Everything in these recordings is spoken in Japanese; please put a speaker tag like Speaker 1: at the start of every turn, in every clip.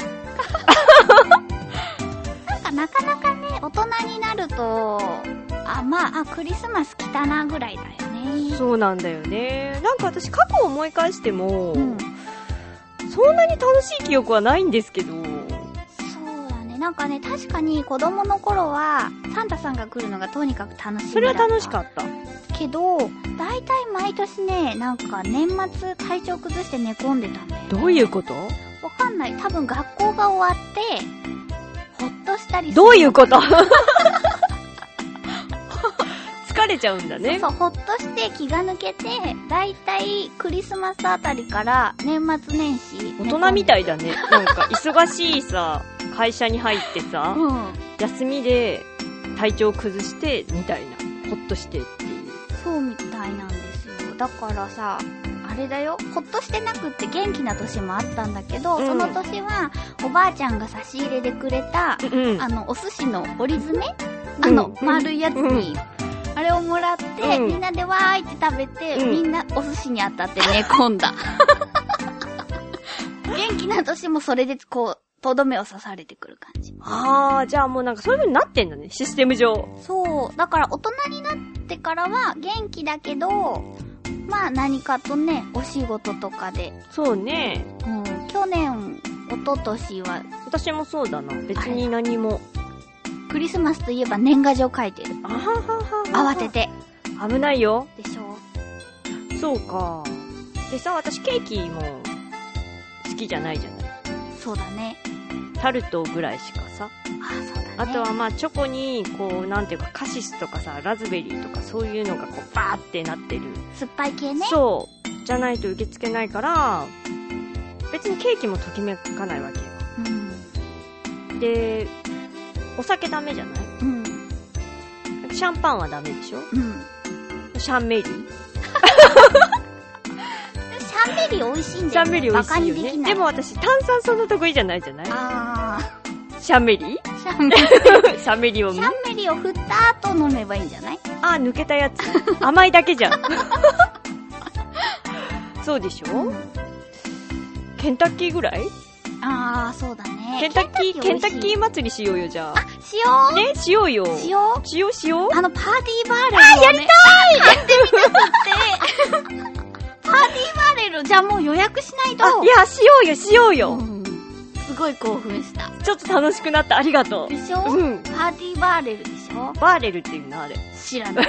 Speaker 1: なんかなかなかね、大人になると、あ、まあ、あ、クリスマス来たなぐらいだよね。
Speaker 2: そうなんだよね。なんか私過去を思い返しても、
Speaker 1: うん。
Speaker 2: そんなに楽しい記憶はないんですけど。
Speaker 1: そうだね。なんかね、確かに子供の頃は、サンタさんが来るのがとにかく楽しみだった。
Speaker 2: それは楽しかった。
Speaker 1: た。けど、大体毎年ね、なんか年末体調崩して寝込んでたんだよ、ね。
Speaker 2: どういうこと
Speaker 1: わかんない。多分学校が終わって、ほっとしたりする
Speaker 2: どういうこと 疲れちゃうんだね。
Speaker 1: そうそう、ほっとして気が抜けて、大体クリスマスあたりから年末年始。
Speaker 2: 大人みた
Speaker 1: い。
Speaker 2: いだね。なんか、忙しいさ、会社に入ってさ、
Speaker 1: うん。
Speaker 2: 休みで体調崩して、みたいな。ほっとしてっていう。
Speaker 1: そうみたいなんですよ。だからさ、あれだよ、ほっとしてなくって元気な年もあったんだけど、
Speaker 2: うん
Speaker 1: その年は、おばあちゃんが差し入れでくれた、
Speaker 2: うん
Speaker 1: あの、お寿司の折り詰め、
Speaker 2: ん
Speaker 1: あの、
Speaker 2: うん
Speaker 1: 丸いやつに、あれをもらって、
Speaker 2: うん
Speaker 1: みんなでわーいって食べて、
Speaker 2: うん
Speaker 1: みんなお寿司に当たって 寝込んだ。元気な年もそれで、こう、とどめを刺されてくる感じ。
Speaker 2: あー、じゃあもうなんかそういう風になってんだね。システム上。
Speaker 1: そう。だから大人になってからは元気だけど、まあ何かとね、お仕事とかで。
Speaker 2: そうね。
Speaker 1: うん、去年、一昨年は、
Speaker 2: 私もそうだな。別に何も。
Speaker 1: クリスマスといえば年賀状書いてる。
Speaker 2: あはははは。
Speaker 1: 慌てて。
Speaker 2: 危ないよ。
Speaker 1: でしょ
Speaker 2: そうか。でさ、私ケーキも好きじゃないじゃない。
Speaker 1: そうだね。
Speaker 2: タルトぐらいしかさ。
Speaker 1: ああ、そうだね。
Speaker 2: あとはまあチョコに、こう、なんていうか、カシスとかさ、ラズベリーとかそういうのがこう、バーってなってる。
Speaker 1: 酸っぱい系ね。
Speaker 2: そう。じゃないと受け付けないから、別にケーキもときめかないわけよ。
Speaker 1: うん。
Speaker 2: で、お酒ダメじゃない
Speaker 1: うん。
Speaker 2: シャンパンはダメでしょ
Speaker 1: うん。
Speaker 2: シャンメリー
Speaker 1: シャンベリー美味しいん
Speaker 2: シ
Speaker 1: だよ、ね。
Speaker 2: ャンメリー美味しいよ
Speaker 1: バカにで
Speaker 2: ね。
Speaker 1: き
Speaker 2: で
Speaker 1: ない。
Speaker 2: も、私、炭酸そんな得意じゃないじゃない
Speaker 1: あ
Speaker 2: シャンメリ
Speaker 1: あ、シャンベリー。
Speaker 2: ー シャンメリーを
Speaker 1: シ
Speaker 2: 見
Speaker 1: ャンベリーを振った後飲めばいいんじゃない
Speaker 2: あー、抜けたやつ。甘いだけじゃん。そうでしょケンタッキーぐらい
Speaker 1: ああ、そうだね。
Speaker 2: ケンタッキー、ケンタ
Speaker 1: 美味
Speaker 2: ッ
Speaker 1: し
Speaker 2: キー祭りしようよ、じゃあ。
Speaker 1: い。しよう
Speaker 2: ねしようよ。
Speaker 1: しよう
Speaker 2: しようしよう。
Speaker 1: あの、パーティーバーレル、ね。あ、やりたいやってみたくって。パーティーバーレル、じゃあもう予約しないと。
Speaker 2: あ、いや、しようよ、しようよ
Speaker 1: う。んすごい興奮した。
Speaker 2: ちょっと楽しくなった。ありがと
Speaker 1: でしょ、
Speaker 2: う。うん。
Speaker 1: パーティーバーレルでしょ
Speaker 2: バーレルっていうのあれ。
Speaker 1: 知ら ない。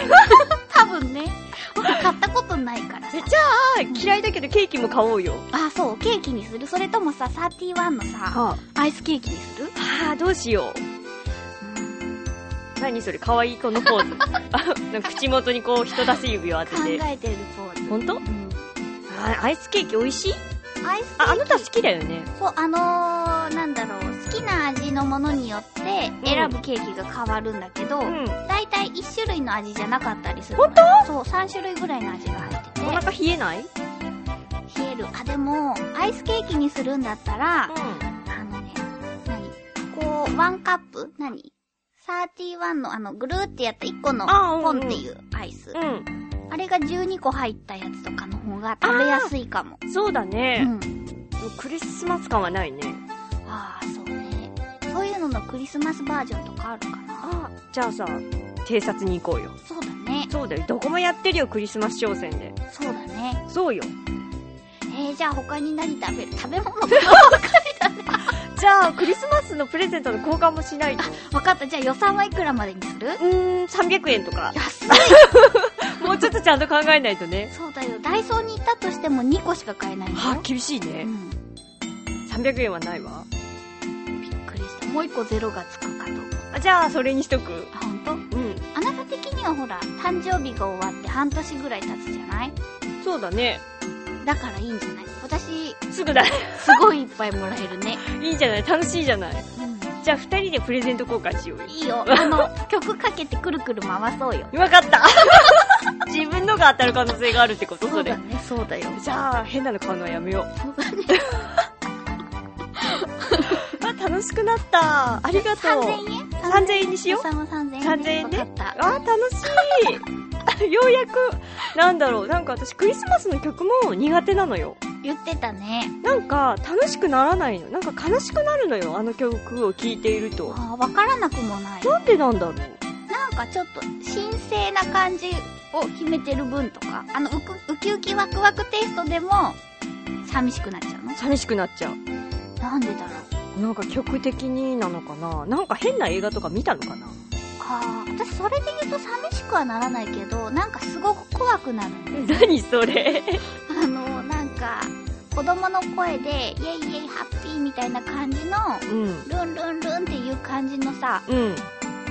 Speaker 1: 多分ね。僕買ったことないからさ
Speaker 2: え。じゃあ、嫌いだけどケーキも買おうよ。
Speaker 1: あ、そう、ケーキにするそれともさ、31のさ、
Speaker 2: は
Speaker 1: アイスケーキにする
Speaker 2: あ、あー、どうしよう。何それ、可愛いこのポーズ。あなんか口元にこう人差し指を当
Speaker 1: 考
Speaker 2: てて。
Speaker 1: えてるポーズ。
Speaker 2: ほんと
Speaker 1: うん
Speaker 2: あアイスケーキ美味しい
Speaker 1: アイスケ
Speaker 2: あ、あな
Speaker 1: ー
Speaker 2: た
Speaker 1: キ
Speaker 2: 好。きだよね。
Speaker 1: そう、あのー、なんだろう、好きな味のものによって選ぶケーキが変わるんだけど、
Speaker 2: うん。
Speaker 1: 大体1種類の味じゃなかったりするからそう3種類ぐらいの味が入ってて
Speaker 2: お腹冷えない
Speaker 1: 冷えるあでもアイスケーキにするんだったら、
Speaker 2: う
Speaker 1: あのねワンカップ何 ?31 のあの、ぐるーってやった1個の
Speaker 2: あーうんうん
Speaker 1: ポンっていうアイス。
Speaker 2: う
Speaker 1: あれが12個入ったやつとかの方が食べやすいかも。
Speaker 2: ん。そうだ
Speaker 1: う
Speaker 2: ね。
Speaker 1: ん。
Speaker 2: もうクリスマス感はないね。
Speaker 1: ああ、そうね。そういうののクリスマスバージョンとかあるかな。
Speaker 2: あじゃあさ、偵察に行こうよ。
Speaker 1: そうだね。
Speaker 2: そうだよ。どこもやってるよ、クリスマス商戦で。
Speaker 1: そうだね。
Speaker 2: そうよ。
Speaker 1: えー、じゃあ他に何食べる食べ物
Speaker 2: じゃあ、クリスマスのプレゼントの交換もしないと。
Speaker 1: わかった。じゃあ予算はいくらまでにする
Speaker 2: うーん、300円とか。
Speaker 1: 安い
Speaker 2: もうちょっとちゃんと考えないとね。
Speaker 1: そうだよ。ダイソーに行ったとしても2個しか買えないんだ
Speaker 2: はあ、
Speaker 1: よ。
Speaker 2: 厳しいうね。
Speaker 1: ん。
Speaker 2: 300円はないわ。
Speaker 1: びっくりした。もう1個ゼロがつくかと思った。
Speaker 2: あじゃあ、それにしとく。
Speaker 1: あ、ほんと
Speaker 2: うん。
Speaker 1: あなた的にはほら、誕生日が終わって半年ぐらい経つじゃない
Speaker 2: そうだね。
Speaker 1: だからいいんじゃない私、
Speaker 2: す ぐだ。
Speaker 1: すごいいっぱいもらえるね。
Speaker 2: いいじゃない。楽しいじゃない。
Speaker 1: う
Speaker 2: じゃあ、二人でプレゼント交換しようよ
Speaker 1: ん。。いい よ。あの、曲かけてくるくる回そうよ。
Speaker 2: わかった 自分のが当たる可能性があるってことそれ。
Speaker 1: ね、そうだよ。
Speaker 2: じゃあ、変なの買うのはやめよう。 あ、楽しくなった。ありがとう。
Speaker 1: 3000円
Speaker 2: 3000円にしよう
Speaker 1: 予算は3000円。
Speaker 2: 3000円ね
Speaker 1: わかった。
Speaker 2: あ、楽しい。よう やく、なんだろう、なんか私クリスマスの曲も苦手なのよ。
Speaker 1: 言ってたね。
Speaker 2: なんか楽しくならないの。なんか悲しくなるのよ、あの曲を聴いていると。
Speaker 1: あーわからなくもない。
Speaker 2: なんでなんだろう。
Speaker 1: なんかちょっと、神聖な感じを秘めてる分とか、あの、ウクウキウキワクワクテイストでも、寂しくなっちゃうの
Speaker 2: 寂しくなっちゃう。
Speaker 1: なんでだろう。
Speaker 2: なんか曲的になのかななんか変な映画とか見たのかな
Speaker 1: あー私それで言うと寂しくはならないけどなんかすごく怖くなる
Speaker 2: 何それ
Speaker 1: あのなんか子供の声でイェイイェイハッピーみたいな感じの
Speaker 2: うん。
Speaker 1: ルンルンルンっていう感じのさ
Speaker 2: うん。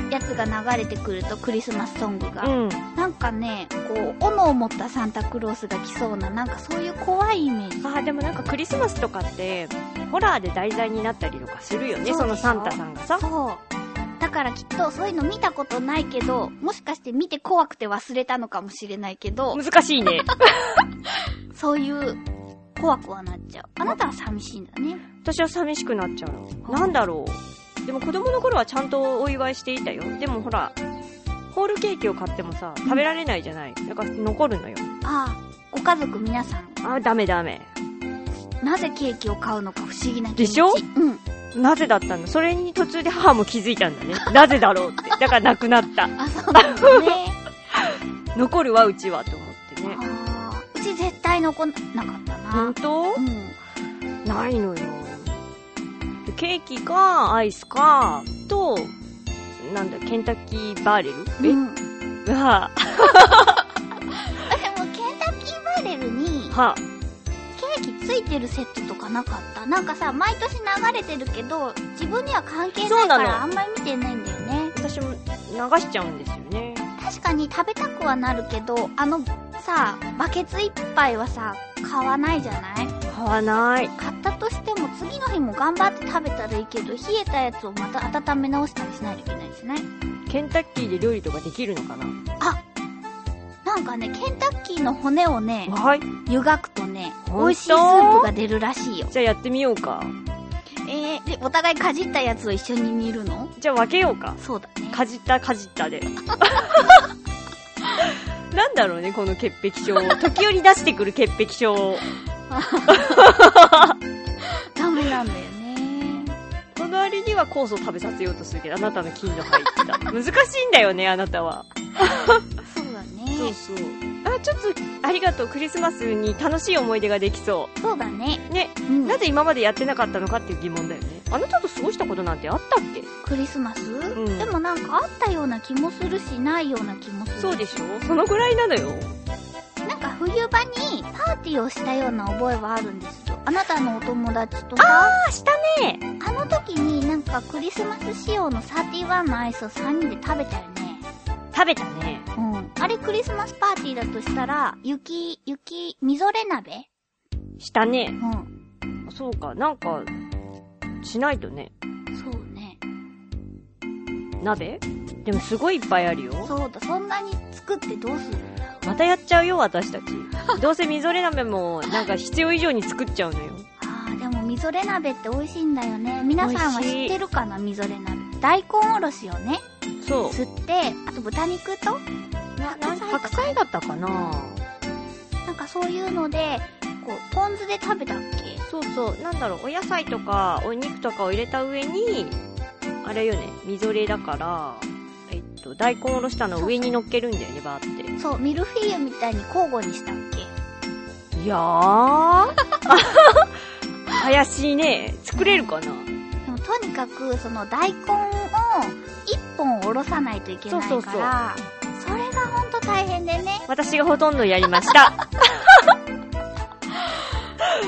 Speaker 1: やつが流れてくるとクリスマスソングが、
Speaker 2: うん。
Speaker 1: なんかねこう斧を持ったサンタクロースが来そうななんかそういう怖いイメージ
Speaker 2: あーでもなんかクリスマスとかってホラーで題材になったりとかするよね
Speaker 1: そうでしょ
Speaker 2: そのサンタさんがさ
Speaker 1: そうだからきっとそういうの見たことないけどもしかして見て怖くて忘れたのかもしれないけど
Speaker 2: 難しいね
Speaker 1: そういう、怖くはなっちゃう。あなたは寂しいんだね。
Speaker 2: 私は寂しくなっちゃうなんだろうでも子供の頃はちゃんとお祝いしていたよでもほらホールケーキを買ってもさ食べられないじゃないだから残るのよ
Speaker 1: ああ、ご家族皆さん、
Speaker 2: あーダメダメ
Speaker 1: なぜケーキを買うのか不思議な気持ち。
Speaker 2: でしょ
Speaker 1: うん。
Speaker 2: なぜだったんだそれに途中で母も気づいたんだねなぜだろうってだからなくなった
Speaker 1: あ、そうだね。
Speaker 2: 残るわうちはと思ってね
Speaker 1: あーうち絶対残んなかった
Speaker 2: 本
Speaker 1: な。
Speaker 2: 当
Speaker 1: うん。
Speaker 2: ないのよ。でケーキか、アイスか、と、なんだ、ケンタッキーバーレ
Speaker 1: う
Speaker 2: ル
Speaker 1: ん、でも、
Speaker 2: えは、
Speaker 1: ケンタッキーバーレルに、
Speaker 2: は、
Speaker 1: ケーキついてるセットとかなかった。なんかさ、毎年流れてるけど、自分には関係な
Speaker 2: そう
Speaker 1: い
Speaker 2: な
Speaker 1: か
Speaker 2: の
Speaker 1: らあんまり見てないんだよね。
Speaker 2: 私も流しちゃうんですよね。
Speaker 1: 確かに食べたくはなるけど、あの、さ、バケツ一杯はさ、買わないじゃない
Speaker 2: 買わない。
Speaker 1: 買ったとしても次の日も頑張って食べたらいいけど冷えたやつをまた温め直したりしないといけないですね
Speaker 2: ケンタッキーで料理とかできるのかな
Speaker 1: なんかねケンタッキーの骨をね
Speaker 2: はい。
Speaker 1: 湯がくとね
Speaker 2: 本当
Speaker 1: 美味しいスープが出るらしいよ
Speaker 2: じゃあやってみようか。
Speaker 1: えー、でお互いかじったやつを一緒に煮るの
Speaker 2: じゃあ分けようか。
Speaker 1: そうだね
Speaker 2: かじったかじった で。なんだろうね、この潔癖症。時折出してくる潔癖 症。
Speaker 1: ダメなんだよね
Speaker 2: 隣には酵素を食べさせようとするけど、あなたの菌の入った。難しいんだよね、あなたは。
Speaker 1: そうだ
Speaker 2: そう
Speaker 1: ね
Speaker 2: そう。あ、ちょっと、ありがとう。クリスマスに楽しい思い出ができそ
Speaker 1: そうだね
Speaker 2: う。ね、
Speaker 1: うん
Speaker 2: なぜ今までやってなかったのかっていう疑問だよね。あなたと過ごしたことなんてあったっけ
Speaker 1: クリスマス、
Speaker 2: ん
Speaker 1: でもなんかあったような気もするしないような気もする
Speaker 2: そうでしょそのぐらいなのよ。
Speaker 1: なんか冬場にパーティーをしたような覚えはあるんですよ。あなたのお友達とさ、
Speaker 2: あ、したね。
Speaker 1: あの時になんかクリスマス仕様の31のアイスを3人で食べたよね。
Speaker 2: 食べたね。
Speaker 1: うん。あれクリスマスパーティーだとしたら、雪、雪、みぞれ鍋
Speaker 2: したね。
Speaker 1: うん。
Speaker 2: そうか、なんか、しないとね。
Speaker 1: そうね。
Speaker 2: 鍋でもすごいいっぱいあるよ。
Speaker 1: そうだ、そんなに作ってどうするんだろう。
Speaker 2: またやっちゃうよ、私たち。どうせみぞれ鍋も、なんか必要以上に作っちゃうのよ。
Speaker 1: ああーでもみぞれ鍋って美味しいんだよね皆さんは
Speaker 2: 美味し
Speaker 1: 知
Speaker 2: い
Speaker 1: ってるかなみぞれ鍋大根おろしをね
Speaker 2: そ
Speaker 1: 吸ってあと豚肉と
Speaker 2: うな
Speaker 1: 白
Speaker 2: な
Speaker 1: 菜
Speaker 2: 白菜だったかな
Speaker 1: なんかそういうのでこうポン酢で食べたっけ
Speaker 2: そうそうなんだろうお野菜とかお肉とかを入れた上にあれよねみぞれだからえっと大根おろしたのを上に乗っけるんだよねバーって
Speaker 1: そうミルフィーユみたいに交互にしたっけ
Speaker 2: いやー 怪しいね作れるかな
Speaker 1: でもとにかくその大根を一本おろさないといけないからそ
Speaker 2: そうそうそう
Speaker 1: れがほんと大変でね
Speaker 2: 私がほとんどやりました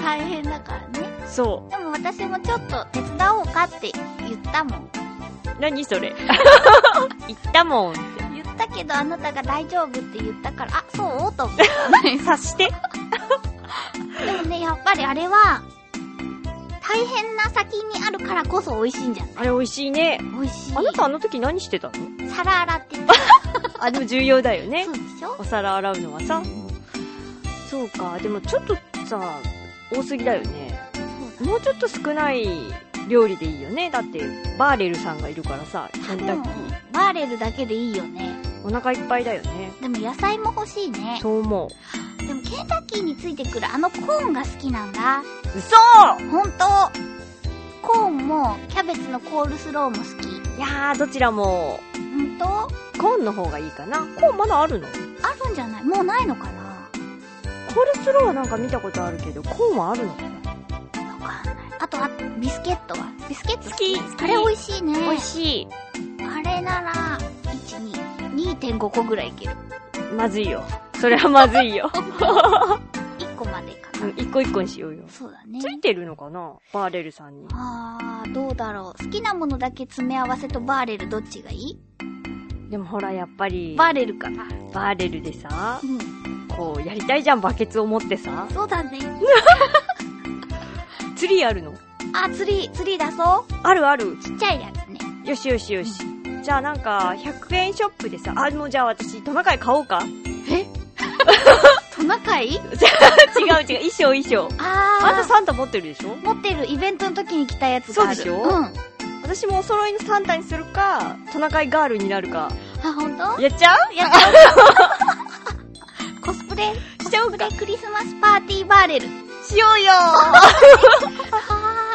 Speaker 1: 大変だからね
Speaker 2: そ
Speaker 1: でも私もちょっと手伝おうかって言ったもん
Speaker 2: う何そ れ言ったもん
Speaker 1: 言ったけどあなたが大丈夫って言ったからあそうと思 って
Speaker 2: 察して
Speaker 1: でもねやっぱりあれは大変な先にあるからこそ美味しいんじゃない
Speaker 2: あれ美味しいね
Speaker 1: 美味しい
Speaker 2: あなたあの時何してたの
Speaker 1: 皿洗ってた
Speaker 2: あでも重要だよね
Speaker 1: そうでしょ
Speaker 2: お皿洗うのはさそうかでもちょっとさ多すぎだよねもうちょっと少ない料理でいいよねだってバーレルさんがいるからさキャンタッキー
Speaker 1: バーレルだけでいいよね
Speaker 2: お腹いっぱいだよね
Speaker 1: でも野菜も欲しいね
Speaker 2: そう思う
Speaker 1: でもケンタッキーについてくるあのコーンが好きなんだ
Speaker 2: 嘘
Speaker 1: ほんとコーンもキャベツのコールスローも好き
Speaker 2: いやーどちらも
Speaker 1: ほんと
Speaker 2: コーンの方がいいかなコーンまだあるの
Speaker 1: あるんじゃないもうないのかな
Speaker 2: コールスローはなんか見たことあるけどコーンはあるのかな
Speaker 1: わかんないあとあビスケットはビスケット好き
Speaker 2: 好き
Speaker 1: あれ美味しいね
Speaker 2: 美味しい
Speaker 1: あれなら122.5個ぐらいいける
Speaker 2: まずいよそれはまずいよ、
Speaker 1: 1個までか
Speaker 2: う
Speaker 1: な、
Speaker 2: ん、一個一個にしようよ
Speaker 1: そうだね
Speaker 2: ついてるのかなバーレルさんに
Speaker 1: あーどうだろう好きなものだけ詰め合わせとバーレルどっちがいい
Speaker 2: でもほらやっぱり
Speaker 1: バーレルかな
Speaker 2: バーレルでさ
Speaker 1: うん
Speaker 2: こうやりたいじゃんバケツを持ってさ
Speaker 1: そうだね
Speaker 2: 釣りあるの
Speaker 1: あ釣り釣り出そう
Speaker 2: あるある
Speaker 1: ちっちゃいやつね
Speaker 2: よしよしよしじゃあなんか100円ショップでさあもうじゃあ私トナカイ買おうか
Speaker 1: トナカイ
Speaker 2: 違う違う衣装衣装あな
Speaker 1: あ
Speaker 2: たサンタ持ってるでしょ
Speaker 1: ー持ってるイベントの時に着たやつがある
Speaker 2: そうでしょ
Speaker 1: うんあ
Speaker 2: 私もお揃いのサンタにするかトナカイガールになるか
Speaker 1: 本当？
Speaker 2: やっちゃう
Speaker 1: やっコスプレ
Speaker 2: しちゃおう
Speaker 1: コスプ
Speaker 2: か
Speaker 1: レクリスマスパーティーバーレル
Speaker 2: しようよ
Speaker 1: あ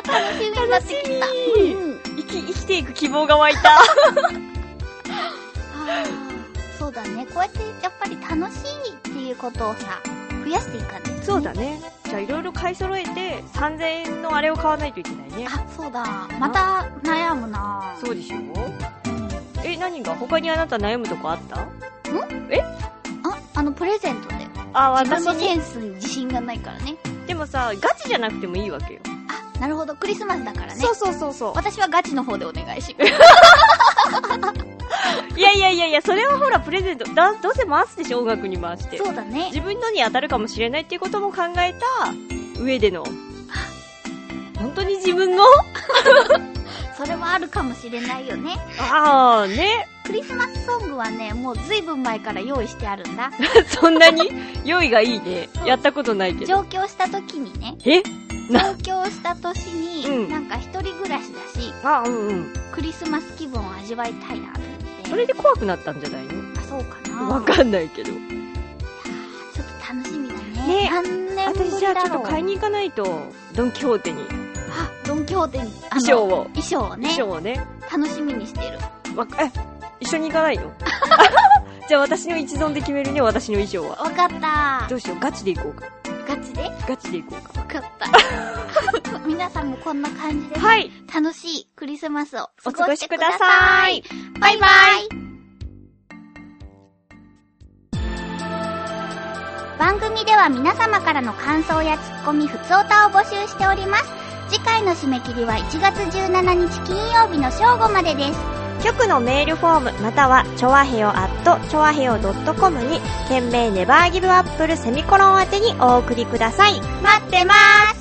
Speaker 1: ー楽しみになってきた
Speaker 2: 楽しみ
Speaker 1: うん
Speaker 2: 生き生きていく希望が湧いた
Speaker 1: あーそうだねこうやってやっぱり楽しいっていうことをさ増やしていかないとね
Speaker 2: そうだねじゃあいろいろ買い揃えて3000円のあれを買わないといけないね
Speaker 1: あそうだまた悩むな
Speaker 2: そうでしょえ何が他にあなた悩むとこあった
Speaker 1: ああのプレゼントで
Speaker 2: あ
Speaker 1: 私の
Speaker 2: 私
Speaker 1: セ
Speaker 2: に
Speaker 1: ンスに自信がないからね
Speaker 2: でもさガチじゃなくてもいいわけよ、
Speaker 1: あなるほどクリスマスだからね
Speaker 2: そうそうそうそ
Speaker 1: 私はガチの方でお願いします
Speaker 2: ういやいやいやいやそれはほらプレゼントだどうせ回すでしょ音楽に回して
Speaker 1: そうだね
Speaker 2: 自分のに当たるかもしれないっていうことも考えた上 での本当に自分の
Speaker 1: それはあるかもしれないよね
Speaker 2: ああね
Speaker 1: クリスマスソングはねもうずいぶん前から用意してあるんだ
Speaker 2: そんなに用意がいいねやったことないけど
Speaker 1: 上京した時にね
Speaker 2: え
Speaker 1: 上京した年に、
Speaker 2: うん
Speaker 1: なんか一人暮らしだし
Speaker 2: あうんうん
Speaker 1: クリスマス気分を味わいたいなと思って
Speaker 2: それで怖くなったんじゃないの
Speaker 1: あそうかな
Speaker 2: わかんないけど
Speaker 1: ちょっと楽しみだね
Speaker 2: ね
Speaker 1: 何年ぶりだろう
Speaker 2: 私じゃあちょっと買いに行かないとドン・キホーテに
Speaker 1: あドン・キホーテにあの
Speaker 2: 衣装を
Speaker 1: 衣装をね
Speaker 2: 衣装をね
Speaker 1: 楽しみにしてる
Speaker 2: わかえ一緒に行か ないのじゃあ私の一存で決めるね私の衣装は
Speaker 1: わかった
Speaker 2: どうしようガチで行こうか
Speaker 1: ガチでわ
Speaker 2: ガチで行こう
Speaker 1: か
Speaker 2: か
Speaker 1: った 皆さんもこんな感じで
Speaker 2: はい
Speaker 1: 楽しいクリスマスを
Speaker 2: お
Speaker 1: 過
Speaker 2: 過
Speaker 1: ご
Speaker 2: ご
Speaker 1: し
Speaker 2: してて
Speaker 1: く
Speaker 2: く
Speaker 1: だ
Speaker 2: だ
Speaker 1: さい
Speaker 2: さい
Speaker 1: バイバイ番組では皆様からの感想やツッコミ、ふつおたを募集しております。次回の締め切りは1月17日金曜日の正午までです。
Speaker 2: 局のメールフォームまたはチョアヘオアットチョアヘオ .com に件名ネバーギブアップルセミコロン宛てにお送りください
Speaker 1: 待ってます